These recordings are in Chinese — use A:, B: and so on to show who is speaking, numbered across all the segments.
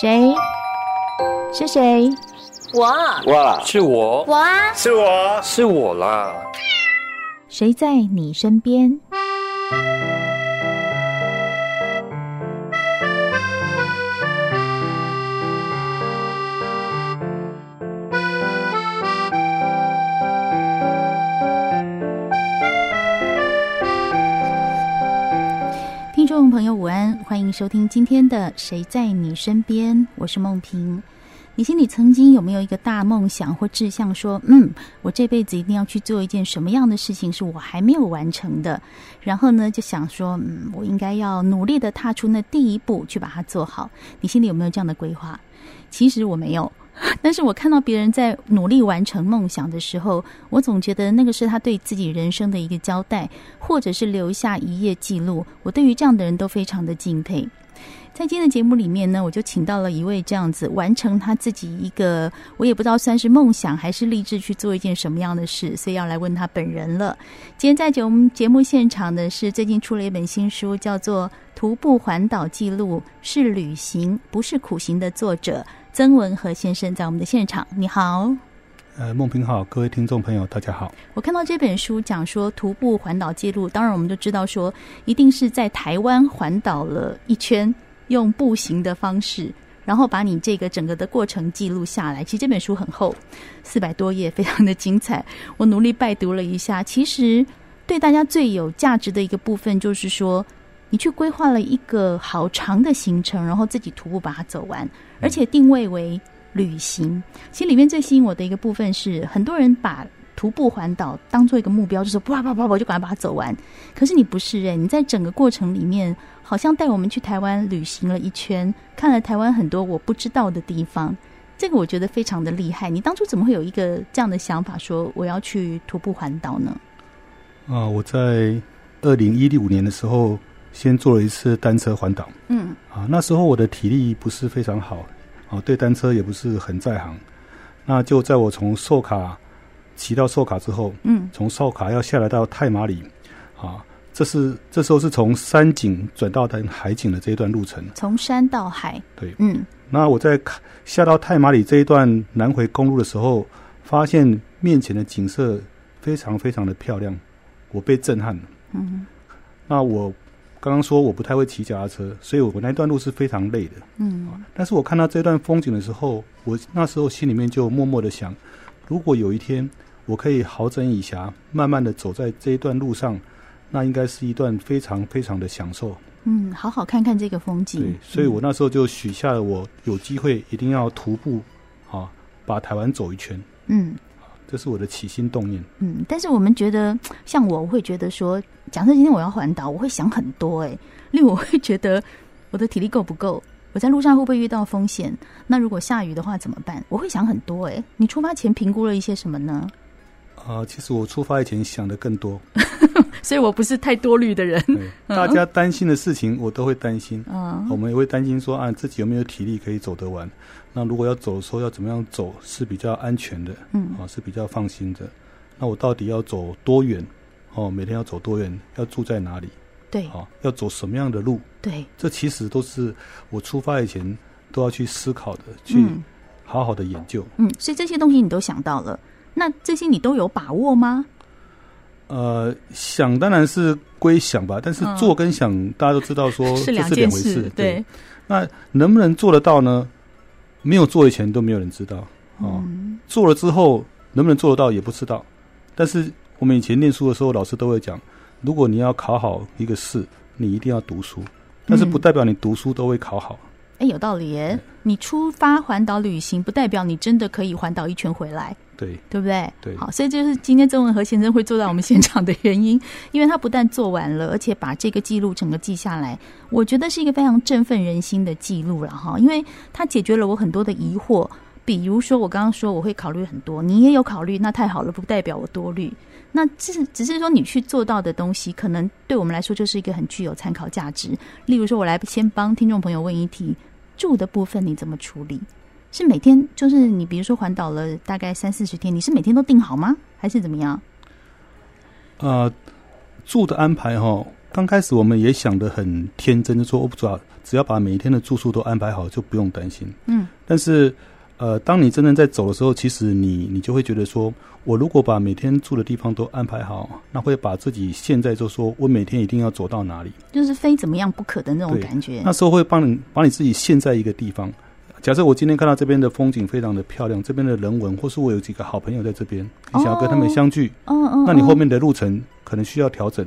A: 谁？是谁？
B: 我
C: 我
D: 是我，
B: 我啊，
C: 是我，
D: 是我啦。
A: 谁在你身边？听众朋友，午安，欢迎收听今天的《谁在你身边》，我是梦萍。你心里曾经有没有一个大梦想或志向，说，嗯，我这辈子一定要去做一件什么样的事情，是我还没有完成的？然后呢，就想说，嗯，我应该要努力的踏出那第一步，去把它做好。你心里有没有这样的规划？其实我没有。 但是我看到别人在努力完成梦想的时候，我总觉得那个是他对自己人生的一个交代，或者是留下一页记录。我对于这样的人都非常的敬佩。在今天的节目里面呢，我就请到了一位这样子完成他自己一个，我也不知道算是梦想还是励志去做一件什么样的事，所以要来问他本人了。今天在节目节目现场的是最近出了一本新书，叫做《徒步环岛记录是旅行不是苦行》的作者曾文和先生，在我们的现场，你好。
E: 呃，梦平好，各位听众朋友，大家好。
A: 我看到这本书讲说徒步环岛记录，当然我们就知道说，一定是在台湾环岛了一圈，用步行的方式，然后把你这个整个的过程记录下来。其实这本书很厚，四百多页，非常的精彩。我努力拜读了一下，其实对大家最有价值的一个部分就是说。你去规划了一个好长的行程，然后自己徒步把它走完，而且定位为旅行。其实里面最吸引我的一个部分是，很多人把徒步环岛当做一个目标，就是啪啪啪，我就赶快把它走完。可是你不是哎、你在整个过程里面，好像带我们去台湾旅行了一圈，看了台湾很多我不知道的地方。这个我觉得非常的厉害。你当初怎么会有一个这样的想法，说我要去徒步环岛呢？
E: 啊、我在二零一五年的时候，先做了一次单车环岛
A: 嗯
E: 啊。那时候我的体力不是非常好，啊，对单车也不是很在行。那就在我从寿卡骑到寿卡之后，
A: 嗯
E: 从寿卡要下来到太马里，啊，这是这时候是从山景转到海景的这一段路程。
A: 从山到海，
E: 对
A: 嗯
E: 那我在看下到太马里这一段南回公路的时候，发现面前的景色非常非常的漂亮，我被震撼了。
A: 嗯
E: 那我刚刚说我不太会骑脚踏车，所以我那段路是非常累的。
A: 嗯
E: 但是我看到这段风景的时候，我那时候心里面就默默的想，如果有一天我可以好整以暇，慢慢的走在这一段路上，那应该是一段非常非常的享受。
A: 嗯，好好看看这个风景。
E: 对，所以我那时候就许下了我有机会一定要徒步啊，把台湾走一圈，
A: 嗯。
E: 这是我的起心动念。
A: 嗯，但是我们觉得，像我，我会觉得说，假设今天我要环岛，我会想很多诶、例如，我会觉得我的体力够不够，我在路上会不会遇到风险？那如果下雨的话怎么办？我会想很多诶、你出发前评估了一些什么呢？
E: 啊、其实我出发以前想的更多，
A: 所以我不是太多虑的人。
E: 对，大家担心的事情我都会担心，
A: 嗯
E: 我们也会担心说啊，自己有没有体力可以走得完？那如果要走的时候，要怎么样走是比较安全的，
A: 嗯
E: 啊，是比较放心的。那我到底要走多远？哦，每天要走多远？要住在哪里？
A: 对
E: 啊，要走什么样的路？
A: 对，
E: 这其实都是我出发以前都要去思考的，去
A: 嗯
E: 好好的研究。
A: 嗯，所以这些东西你都想到了，那这些你都有把握吗？
E: 呃，想当然是归想吧，但是
A: 嗯
E: 做跟想，大家都知道说哦这
A: 两
E: 是
A: 件
E: 两回事，
A: 对，
E: 那能不能做得到呢？没有做以前都没有人知道哦，
A: 嗯
E: 做了之后能不能做得到也不知道。但是我们以前念书的时候，老师都会讲，如果你要考好一个试，你一定要读书，但
A: 嗯
E: 是不代表你读书都会考好。
A: 哎，有道理耶！你出发环岛旅行，不代表你真的可以环岛一圈回来。
E: 对，
A: 对不对？
E: 对
A: 好，所以这就是今天曾文和先生会坐在我们现场的原因， 因为他不但做完了，而且把这个记录整个记下来，我觉得是一个非常振奋人心的记录了哈，因为他解决了我很多的疑惑，比如说我刚刚说我会考虑很多，你也有考虑，那太好了，不代表我多虑。那只是只是说你去做到的东西，可能对我们来说就是一个很具有参考价值。例如说，我来先帮听众朋友问一题，住的部分你怎么处理？是每天就是你，比如说环岛了大概三四十天，你是每天都定好吗？还是怎么样？
E: 呃，住的安排哈、刚开始我们也想得很天真，就说哦我不知道，只要把每一天的住宿都安排好，就不用担心。
A: 嗯，
E: 但是，呃，当你真正在走的时候，其实你你就会觉得说，我如果把每天住的地方都安排好，那会把自己现在就说我每天一定要走到哪里。
A: 就是非怎么样不可的那种
E: 对
A: 感觉。
E: 那时候会帮你把你自己陷在一个地方。假设我今天看到这边的风景非常的漂亮，这边的人文，或是我有几个好朋友在这边，你想要跟他们相聚，
A: 嗯嗯，
E: 那你
A: 嗯
E: 后面的路程可能需要调整。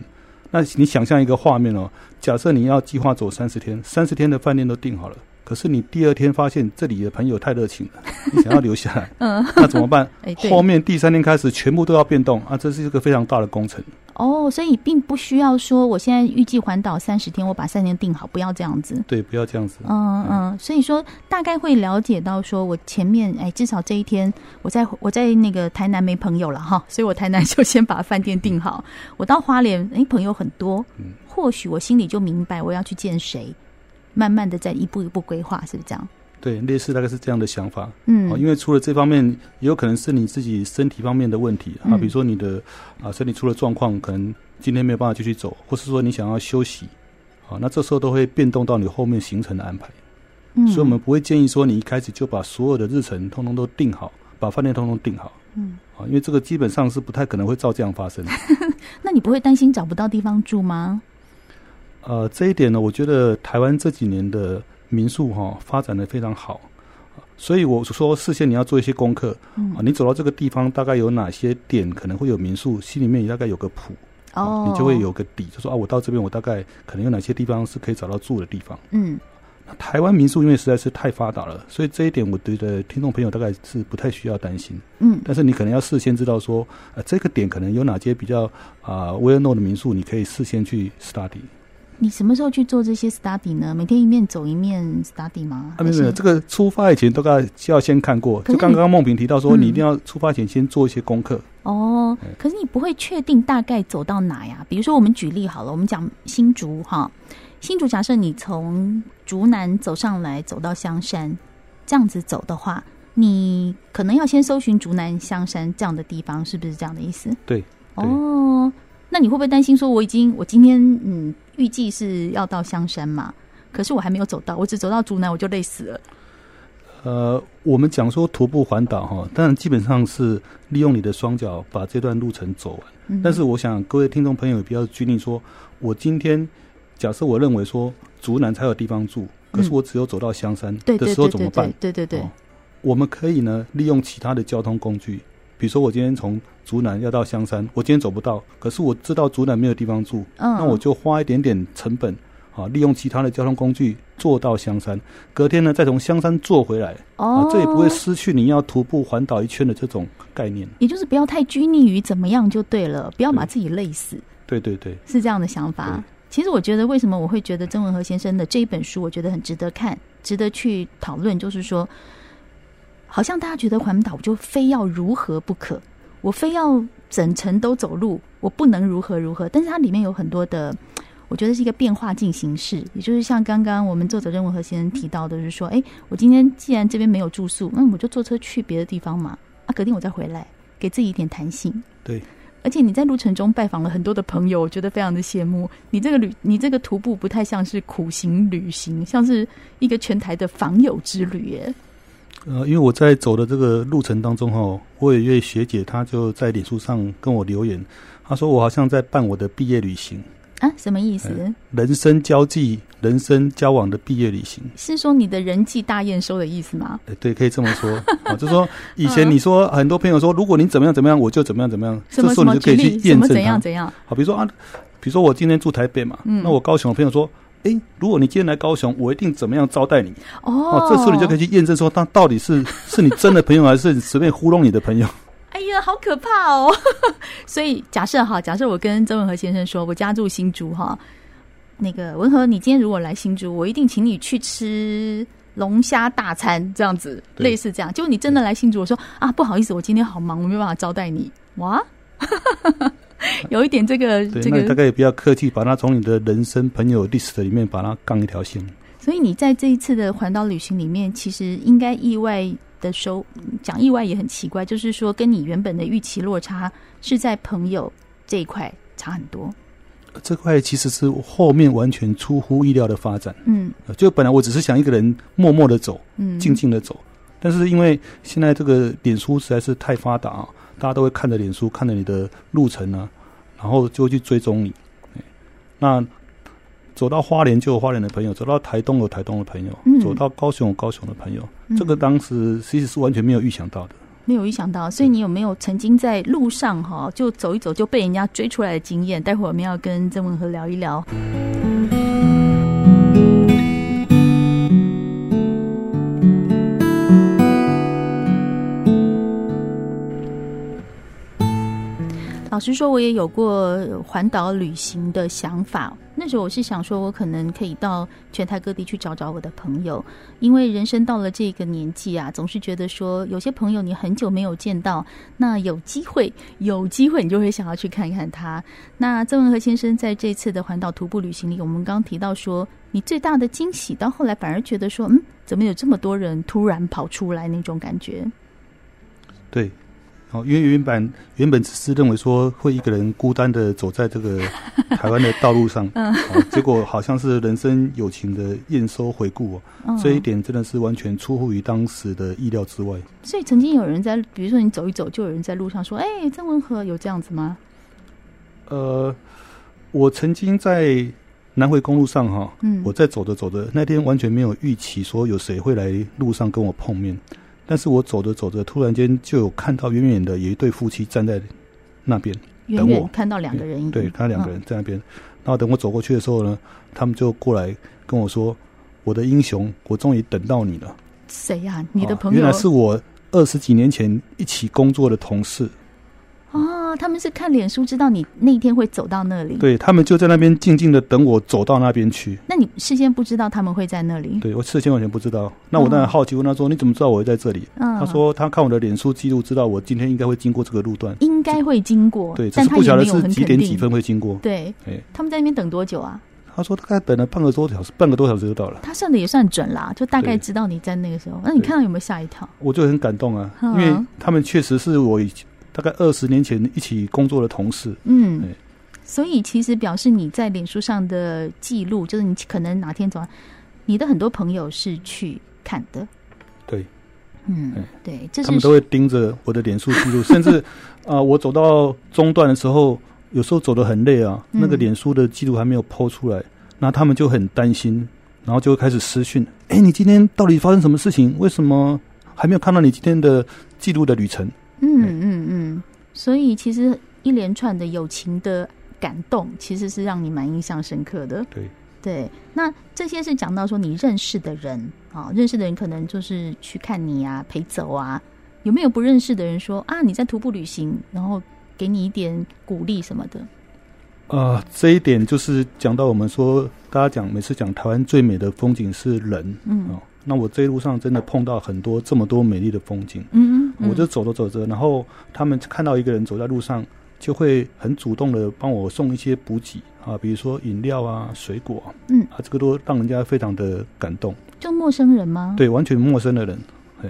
E: 那你想象一个画面哦，假设你要计划走三十天，三十天的饭店都订好了，可是你第二天发现这里的朋友太热情 了，你想要留下来，
A: 嗯，
E: 那怎么办？
A: 哎 对
E: 后面第三天开始全部都要变动啊，这是一个非常大的工程。
A: 哦，所以并不需要说我现在预计环岛三十天，我把三天定好，不要这样子。
E: 对，不要这样子。
A: 嗯嗯，所以说大概会了解到，说我前面哎，至少这一天我在我在那个台南没朋友了哈， 所以我台南就先把饭店订好。我到花莲哎，朋友很多
E: 嗯，
A: 或许我心里就明白我要去见谁，慢慢的再一步一步规划，是不是这样？
E: 对，类似大概是这样的想法。
A: 嗯，
E: 哦，因为除了这方面，也有可能是你自己身体方面的问题啊，
A: 嗯
E: 比如说你的啊身体出了状况，可能今天没有办法继续走，或是说你想要休息，啊，那这时候都会变动到你后面行程的安排。
A: 嗯
E: 所以我们不会建议说你一开始就把所有的日程通通都定好，把饭店通通定好
A: 嗯，
E: 啊，因为这个基本上是不太可能会照这样发生。
A: 那你不会担心找不到地方住吗？
E: 呃，这一点呢，我觉得台湾这几年的民宿哈、发展的非常好，所以我说事先你要做一些功课
A: 嗯
E: 啊，你走到这个地方大概有哪些点可能会有民宿，心里面也大概有个谱，啊
A: 哦，
E: 你就会有个底，就说啊，我到这边我大概可能有哪些地方是可以找到住的地方。
A: 嗯
E: 那台湾民宿因为实在是太发达了，所以这一点我觉得听众朋友大概是不太需要担心。
A: 嗯
E: 但是你可能要事先知道说，呃，这个点可能有哪些比较啊、well known 的民宿，你可以事先去 study。
A: 你什么时候去做这些 study 呢？每天一面走一面 study 吗？
E: 啊，没有没有，
A: 还是
E: 这个出发以前大概就要先看过。
A: 可是
E: 就刚刚梦萍提到
A: 你
E: 说，
A: 嗯
E: 你一定要出发前先做一些功课。
A: 哦，
E: 哎
A: 可是你不会确定大概走到哪呀？比如说，我们举例好了，我们讲新竹哈，新竹假设你从竹南走上来，走到香山，这样子走的话，你可能要先搜寻竹南香山这样的地方，是不是这样的意思？
E: 对，对
A: 哦，那你会不会担心说，我已经我今天嗯预计是要到香山嘛？可是我还没有走到，我只走到竹南我就累死了。
E: 呃，我们讲说徒步环岛哈，当然基本上是利用你的双脚把这段路程走完。
A: 嗯
E: 但是我想各位听众朋友也不要拘泥说，我今天假设我认为说竹南才有地方住，可是
A: 嗯
E: 我只有走到香山
A: 对
E: 的
A: 对
E: 时候
A: 对
E: 怎么
A: 对
E: 办
A: 对？对对对
E: 哦，我们可以呢利用其他的交通工具，比如说我今天从竹南要到香山，我今天走不到，可是我知道竹南没有地方住，
A: 嗯，
E: 那我就花一点点成本啊，利用其他的交通工具坐到香山，隔天呢再从香山坐回来啊
A: 哦，，
E: 这也不会失去你要徒步环岛一圈的这种概念。
A: 也就是不要太拘泥于怎么样就对了，不要把自己累死，
E: 对对对，
A: 是这样的想法
E: 对。
A: 其实我觉得，为什么我会觉得曾文和先生的这一本书，我觉得很值得看，值得去讨论，就是说，好像大家觉得环岛就非要如何不可，我非要整程都走路，我不能如何如何。但是它里面有很多的，我觉得是一个变化进行式，也就是像刚刚我们作者任文和先生提到的，就是说，哎，我今天既然这边没有住宿，那我就坐车去别的地方嘛，啊，隔天我再回来，给自己一点弹性。
E: 对，
A: 而且你在路程中拜访了很多的朋友，我觉得非常的羡慕你这个旅，你这个徒步不太像是苦行旅行，像是一个全台的访友之旅耶。
E: 呃，因为我在走的这个路程当中哈，我有一位学姐，她就在脸书上跟我留言，她说我好像在办我的毕业旅行，
A: 啊，什么意思？
E: 嗯人生交际、人生交往的毕业旅行。
A: 是说你的人际大验收的意思吗？
E: 呃对，可以这么 说啊，就说以前你说很多朋友说，如果你怎么样怎么样，我就怎么样怎么样，
A: 什
E: 这
A: 么
E: 时
A: 什
E: 候
A: 么
E: 你就可
A: 举
E: 以去
A: 例？什
E: 验
A: 么
E: 证
A: 怎
E: 它
A: 样。怎样？
E: 好，比如说啊，比如说我今天住台北嘛，
A: 嗯
E: 那我高雄的朋友说，诶，如果你今天来高雄，我一定怎么样招待你。
A: 哦
E: 哦，，这时候你就可以去验证说，他到底是 是你真的朋友，还是你随便糊弄你的 朋友。
A: 哎呀，好可怕哦！ 所以假设哈，假设我跟曾文和先生说，我家住新竹哈，那个文和，你今天如果来新竹，我一定请你去吃龙虾大餐，这样子，
E: 对
A: 类似这样。结果你真的来新竹，我说啊，不好意思，我今天好忙，我没有办法招待你。哇， 有一点这个
E: 对，
A: 这
E: 那你大
A: 个，
E: 概也不要客气，把它从你的人生朋友 list 里面把它杠一条线。
A: 所以你在这一次的环岛旅行里面，其实应该意外。的收讲意外也很奇怪，就是说跟你原本的预期落差是在朋友这一块差很多。
E: 这块其实是后面完全出乎意料的发展。
A: 嗯
E: 呃就本来我只是想一个人默默的走，
A: 嗯，
E: 静静的走，但是因为现在这个脸书实在是太发达啊，大家都会看着脸书，看着你的路程啊，然后就会去追踪你。哎那走到花莲就有花莲的朋友，走到台东有台东的朋友，
A: 嗯
E: 走到高雄有高雄的朋友，
A: 嗯
E: 这个当时其实是完全没有预想到的。
A: 没有预想到，所以你有没有曾经在路上哈就走一走就被人家追出来的经验？待会儿我们要跟曾文和聊一聊。老实说，我也有过呃环岛旅行的想法。那时候我是想说，我可能可以到全台各地去找找我的朋友，因为人生到了这个年纪啊，总是觉得说有些朋友你很久没有见到，那有机会有机会你就会想要去看看他。那曾文和先生在这次的环岛徒步旅行里，我们刚刚提到说，你最大的惊喜到后来反而觉得说，嗯，怎么有这么多人突然跑出来那种感觉？
E: 对，哦，因为原本原本只是认为说会一个人孤单的走在 这个台湾的道路上，
A: 嗯
E: 哦，结果好像是人生友情的验收回顾哦，
A: 嗯，
E: 这一点真的是完全出乎于当时的意料之外。
A: 所以曾经有人在，比如说你走一走，就有人在路上说：“哎，曾文和有这样子吗嗯
E: 呃，我曾经在南回公路上哈、？”
A: 嗯，
E: 我在走着走着，那天完全没有预期说有谁会来路上跟我碰面，但是我走着走着，突然间就有看到远远的有一对夫妻站在那边，
A: 远
E: 等
A: 远
E: 我
A: 看到两个人影，嗯
E: 对他两个人在那边。然后等我走过去的时候呢，他们就过来跟我说：“我的英雄，我终于等到你了。”
A: 嗯谁呀、你的
E: 哦
A: 朋友？
E: 原来是我二十几年前一起工作的同事，
A: 哦，他们是看脸书知道你那一天会走到那里。
E: 对他们就在那边静静的等我走到那边去。
A: 那你事先不知道他们会在那里？
E: 对我事先完全不知道，那我当然好奇问他说：“你怎么知道我会在这里？”
A: 哦嗯，
E: 他说他看我的脸书记录，知道我今天应该会经过这个路段，
A: 应该会经过，
E: 对，只
A: 哦但
E: 是
A: 他
E: 不
A: 也
E: 晓
A: 没
E: 得
A: 有
E: 是
A: 很
E: 几
A: 肯
E: 点
A: 定。
E: 几分会经过。
A: 对
E: 哎，
A: 他们在那边等多久啊？
E: 他说大概等了半个多小时，半个多小时就到了，
A: 他算的也算准啦，就大概
E: 对
A: 知道你在那个时候。那你
E: 对
A: 看到有没有吓一跳？
E: 我就很感动啊，因
A: 嗯
E: 为他们确实是我以前大概二十年前一起工作的同事，
A: 嗯
E: 对，
A: 所以其实表示你在脸书上的记录，就是你可能哪天走完，你的很多朋友是去看的。
E: 对，
A: 嗯，对，这
E: 他们
A: 是
E: 都会盯着我的脸书记录，甚至啊、呃我走到中段的时候，有时候走得很累啊，
A: 嗯
E: 那个脸书的记录还没有抛出来，那他们就很担心，然后就会开始私讯，哎，你今天到底发生什么事情？为什么还没有看到你今天的记录的旅程？
A: 嗯
E: 对
A: 嗯嗯，所以其实一连串的友情的感动，其实是让你蛮印象深刻的。
E: 对。
A: 对，那这些是讲到说你认识的人啊、认识的人可能就是去看你啊、陪走啊，有没有不认识的人说啊你在徒步旅行，然后给你一点鼓励什么的？
E: 啊、这一点就是讲到我们说，大家讲每次讲台湾最美的风景是人
A: 嗯
E: 哦。那我这一路上真的碰到很多这么多美丽的风景，
A: 嗯，嗯
E: 我就走着走着，然后他们看到一个人走在路上，就会很主动的帮我送一些补给啊，比如说饮料啊、水果啊，
A: 嗯哦
E: 啊，这个都让人家非常的感动。
A: 就陌生人吗？，
E: 对，完全陌生的人，哎，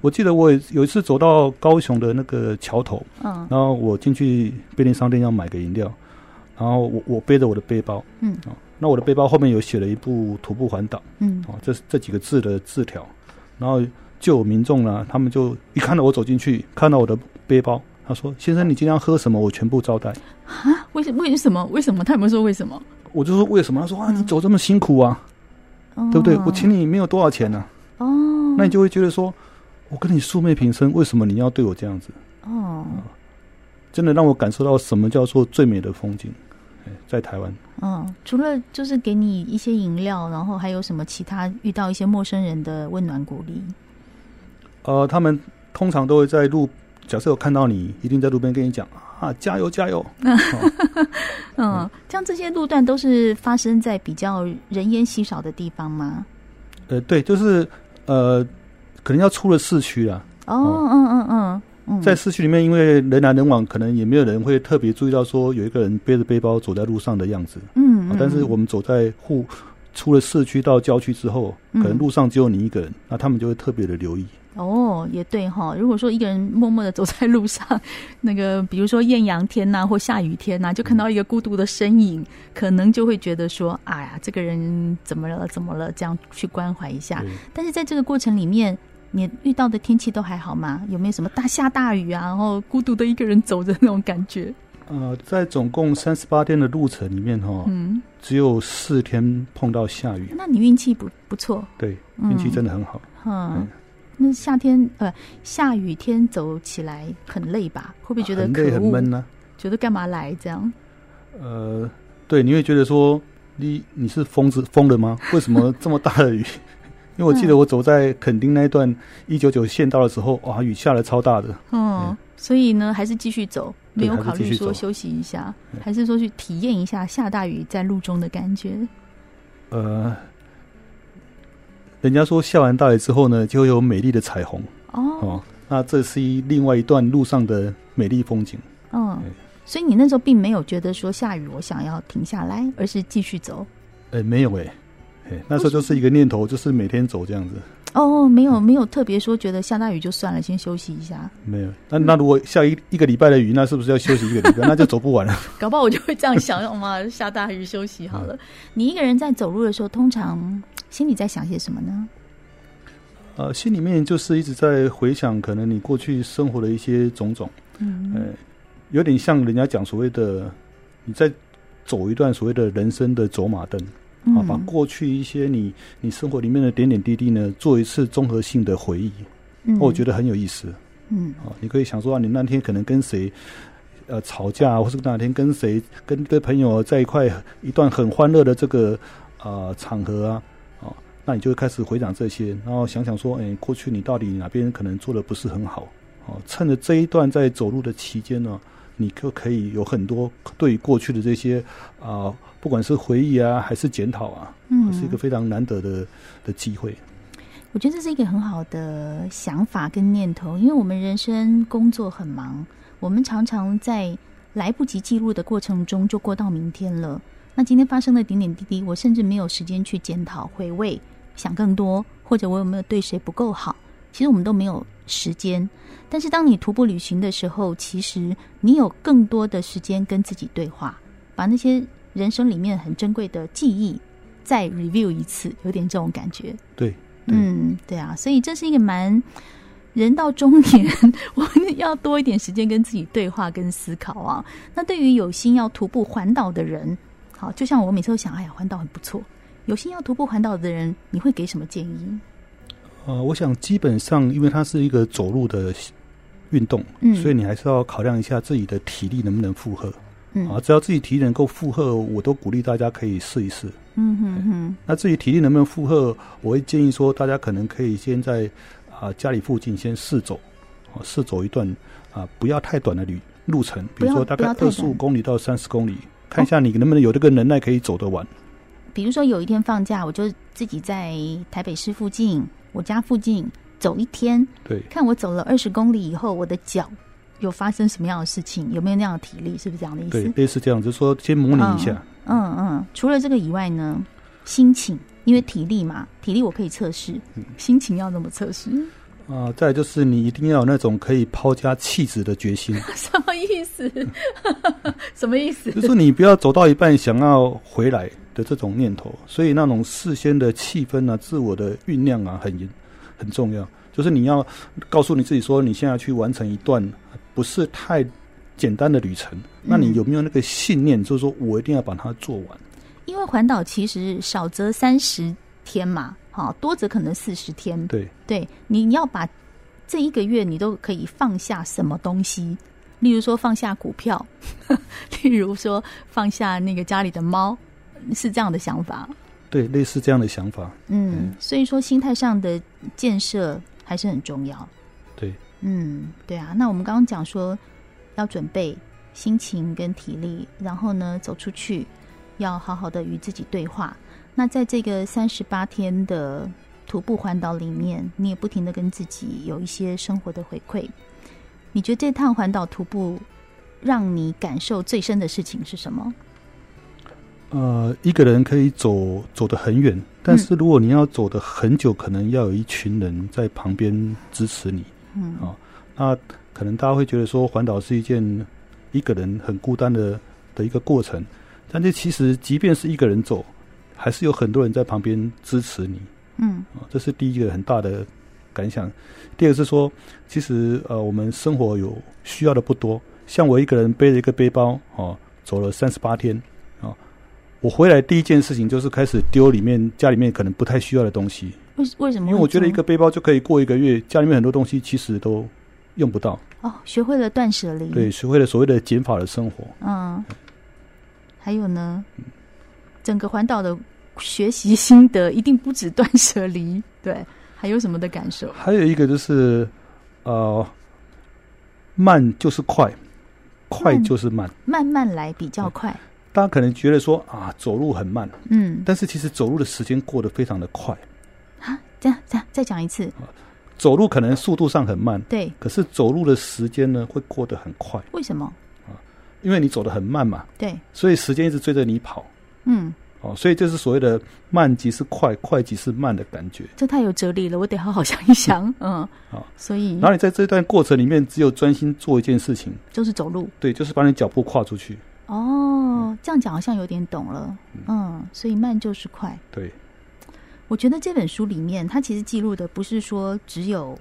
E: 我记得我有有一次走到高雄的那个桥头，
A: 嗯
E: 然后我进去便利商店要买个饮料，然后我我背着我的背包，
A: 嗯
E: 哦，那我的背包后面有写了一部《徒步环岛》
A: 嗯
E: 哦，这这几个字的字条，然后就有民众呢，他们就一看到我走进去，看到我的背包，他说：“先生，你今天要喝什么？我全部招待。
A: 啊，为什为什么为什么他有没有说为什么？”
E: 我就说：“为什么？”他说：“啊，你走这么辛苦啊，对不对？
A: 嗯
E: 我请你没有多少钱呢、
A: 哦，哦
E: 那你就会觉得说，我跟你素昧平生，为什么你要对我这样子？
A: 哦
E: 真的让我感受到什么叫做最美的风景，哎在台湾。
A: 嗯，除了就是给你一些饮料，然后还有什么其他遇到一些陌生人的温暖鼓励？
E: 呃，他们通常都会在路，假设有看到你，一定在路边跟你讲啊，加油加油。
A: 嗯，像这些路段都是发生在比较人烟稀少的地方吗？
E: 呃，对，就是呃，可能要出了市区啊啦，
A: 哦，嗯嗯嗯嗯，
E: 在市区里面，因为人来人往，可能也没有人会特别注意到说有一个人背着背包走在路上的样子。
A: 嗯，
E: 啊
A: 嗯
E: 但是我们走在户出了市区到郊区之后，可能
A: 嗯
E: 路上只有你一个人，那他们就会特别的留意。
A: 哦，也对哈、如果说一个人默默的走在路上，那个比如说艳阳天呐、或下雨天呐、就
E: 嗯
A: 看到一个孤独的身影，可能就会觉得说，哎呀，这个人怎么了？怎么了？这样去关怀一下。
E: 对
A: 但是在这个过程里面，你遇到的天气都还好吗？有没有什么大下大雨啊，然后孤独的一个人走着那种感觉？
E: 呃，在总共三十八天的路程里面哈、
A: 嗯，
E: 只有四天碰到下雨，
A: 那你运气不不错，
E: 对，
A: 嗯
E: 运气真的很好。
A: 嗯
E: 嗯。
A: 那夏天呃下雨天走起来很累吧？会不会觉得
E: 啊很
A: 可
E: 累很
A: 恶？
E: 闷呢、
A: 觉得干嘛来这样？
E: 呃，对，你会觉得说你你是疯子疯了吗？为什么这么大的雨？因为我记得我走在垦丁那一段一九九县道的时候，哇，雨下的超大的，
A: 嗯
E: 嗯，
A: 所以呢，还是继续走，没有
E: 对还是
A: 考
E: 继
A: 虑
E: 续
A: 说
E: 走
A: 休息一下，
E: 对
A: 还是说去体验一下下大雨在路中的感觉。
E: 呃。人家说下完大雨之后呢，就会有美丽的彩虹
A: 哦，
E: 哦。那这是一另外一段路上的美丽风景。
A: 嗯
E: 对，
A: 所以你那时候并没有觉得说下雨我想要停下来，而是继续走。
E: 哎、没有哎、哎、那时候就是一个念头，就是每天走这样子。
A: 哦，没
E: 嗯
A: 有没有特别说觉得下大雨就算了，先休息一下，
E: 没有，那那如果下一一个礼拜的雨，那是不是要休息一个礼拜？那就走不完了。
A: 搞不好我就会这样 想，要嘛下大雨休息好
E: 嗯
A: 了。你一个人在走路的时候，通常心里在想些什么呢？
E: 呃，心里面就是一直在回想，可能你过去生活的一些种种，
A: 嗯
E: 呃，有点像人家讲所谓的你在走一段所谓的人生的走马灯啊，把
A: 嗯
E: 过去一些你你生活里面的点点滴滴呢，做一次综合性的回忆，哦
A: 嗯
E: 我觉得很有意思。
A: 嗯
E: 啊，你可以想说啊，你那天可能跟谁呃吵架啊，或是哪天跟谁跟一堆朋友在一块一段很欢乐的这个呃场合啊，啊，那你就会开始回想这些，然后想想说，哎，过去你到底哪边可能做的不是很好，哦、趁着这一段在走路的期间呢、你就可以有很多对于过去的这些啊、不管是回忆啊，还是检讨啊，
A: 嗯
E: 是一个非常难得的的机会。
A: 我觉得这是一个很好的想法跟念头，因为我们人生工作很忙，我们常常在来不及记录的过程中就过到明天了。那今天发生的点点滴滴，我甚至没有时间去检讨、回味、想更多，或者我有没有对谁不够好，其实我们都没有时间。但是当你徒步旅行的时候，其实你有更多的时间跟自己对话，把那些人生里面很珍贵的记忆再 review 一次，有点这种感觉。
E: 对，对
A: 嗯，对啊，所以这是一个蛮人到中年， 我们要多一点时间跟自己对话跟思考啊。那对于有心要徒步环岛的人，好，就像我每次都想，哎呀，环岛很不错。有心要徒步环岛的人，你会给什么建议？
E: 呃，我想基本上，因为它是一个走路的运动，
A: 嗯
E: 所以你还是要考量一下自己的体力能不能负荷、啊。
A: 嗯
E: 只要自己体力能够负荷，我都鼓励大家可以试一试。
A: 嗯哼哼，
E: 那至于体力能不能负荷，我会建议说，大家可能可以先在啊、家里附近先试走，啊试走一段啊、不要太短的旅路程，比
A: 不
E: 如
A: 要
E: 说大
A: 不
E: 概
A: 要
E: 二
A: 太
E: 十
A: 短哦
E: 五公里到三十公里，看一下你能不能有这个能耐可以走得完。
A: 比如说有一天放假，我就自己在台北市附近，我家附近走一天，
E: 对，
A: 看我走了二十公里以后，我的脚有发生什么样的事情，有没有那样的体力，是不是这样的意思
E: 对，？类似这样，就是说先模拟一下。
A: 嗯，嗯，除了这个以外呢，心情，因为体力嘛，体力我可以测试，心情要怎么测试？
E: 啊、再来就是你一定要有那种可以抛家弃子的决心。
A: 什么意 思？什么意思？
E: 就是说你不要走到一半想要回来的这种念头，所以那种事先的气氛啊、自我的酝酿啊，很严很重要。就是你要告诉你自己说，你现在去完成一段不是太简单的旅程，那你有没有那个信念，就是说我一定要把它做完？
A: 因为环岛其实少则三十天嘛，好多则可能四十天。
E: 对，
A: 对，你要把这一个月你都可以放下什么东西，例如说放下股票， 例如说放下那个家里的猫，是这样的想法。
E: 对，类似这样的想法。
A: 嗯，所以说心态上的建设还是很重要。
E: 对，
A: 嗯，对啊。那我们刚刚讲说要准备心情跟体力，然后呢走出去，要好好的与自己对话。那在这个三十八天的徒步环岛里
E: 嗯
A: 面，你也不停的跟自己有一些生活的回馈。你觉得这趟环岛徒步让你感受最深的事情是什么？
E: 呃，一个人可以走走得很远，但是如果你要走得很久，可能要有一群人在旁边支持你。
A: 嗯
E: 好那可能大家会觉得说环岛是一件一个人很孤单的的一个过程，但是其实即便是一个人走，还是有很多人在旁边支持你。
A: 嗯
E: 啊，这是第一个很大的感想。第二个是说，其实呃，我们生活有需要的不多，像我一个人背着一个背包哦，走了三十八天哦，我回来第一件事情就是开始丢里面家里面可能不太需要的东西，
A: 为为什么会这
E: 因
A: 样？
E: 为我觉得一个背包就可以过一个月，家里面很多东西其实都用不到。
A: 哦，学会了断舍离，
E: 对，，学会了所谓的减法的生活。
A: 嗯，还有呢，整个环岛的学习心得一定不止断舍离， 对，还有什么的感受？
E: 还有一个就是呃，慢就是快，快
A: 慢
E: 就是慢。
A: 慢慢来比较快，
E: 大家可能觉得说啊，走路很慢，
A: 嗯，
E: 但是其实走路的时间过得非常的快，
A: 啊，这样这样再讲一次，
E: 走路可能速度上很慢，
A: 对，
E: 可是走路的时间呢会过得很快，
A: 为什么？
E: 因为你走得很慢嘛，
A: 对，
E: 所以时间一直追着你跑
A: 嗯，
E: 哦，所以这是所谓的慢即是快，快即是慢的感觉。
A: 这太有哲理了，我得好好想一想，嗯，
E: 好，
A: 所以
E: 然后你在这段过程里面，只有专心做一件事情，
A: 就是走路。
E: 对，就是把你脚步跨出去，
A: 哦，这样讲好像有点懂了，嗯，所以慢就是快。
E: 对，
A: 我觉得这本书里面，它其实记录的不是说只有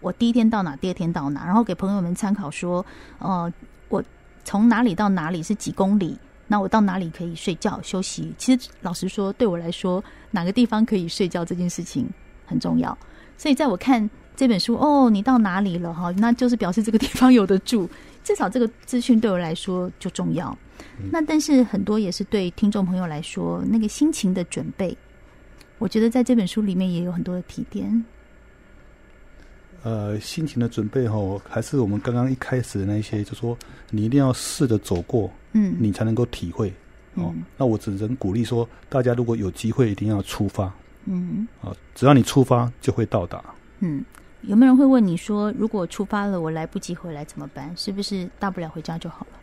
A: 我第一天到哪，第二天到哪，然后给朋友们参考说，呃，我从哪里到哪里是几公里，那我到哪里可以睡觉休息。其实老实说，对我来说，哪个地方可以睡觉这件事情很重要。所以在我看这本书，哦，你到哪里了哈，那就是表示这个地方有得住，至少这个资讯对我来说就重要。那但是很多也是对听众朋友来说，那个心情的准备。我觉得在这本书里面也有很多的提点。
E: 呃，心情的准备吼，还是我们刚刚一开始的那一些，就说你一定要试着走过，
A: 嗯，
E: 你才能够体会。哦
A: 嗯，
E: 那我只能鼓励说，大家如果有机会，一定要出发
A: 嗯
E: 啊！只要你出发，就会到达。
A: 嗯，有没有人会问你说，如果出发了我来不及回来怎么办？是不是大不了回家就好了？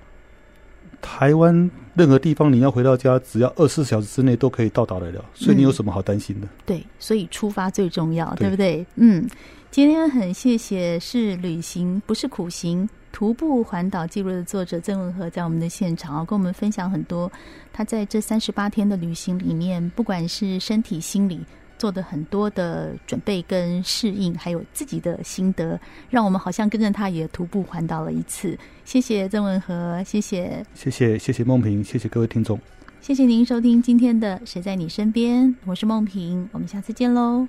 E: 台湾任何地方你要回到家，只要二十四小时之内都可以到达得了，所以你有什么好担心的？
A: 对，所以出发最重要，对
E: 对
A: 不对？嗯，今天很谢谢是旅行不是苦行徒步环岛记录的作者郑文和在我们的现场哦，跟我们分享很多他在这三十八天的旅行里面，不管是身体、心理。做的很多的准备跟适应，还有自己的心得，让我们好像跟着他也徒步环岛了一次。谢谢郑文和，谢谢。
E: 谢谢，谢谢梦萍，谢谢各位听众。
A: 谢谢您收听今天的《谁在你身边》，我是梦萍，我们下次见喽，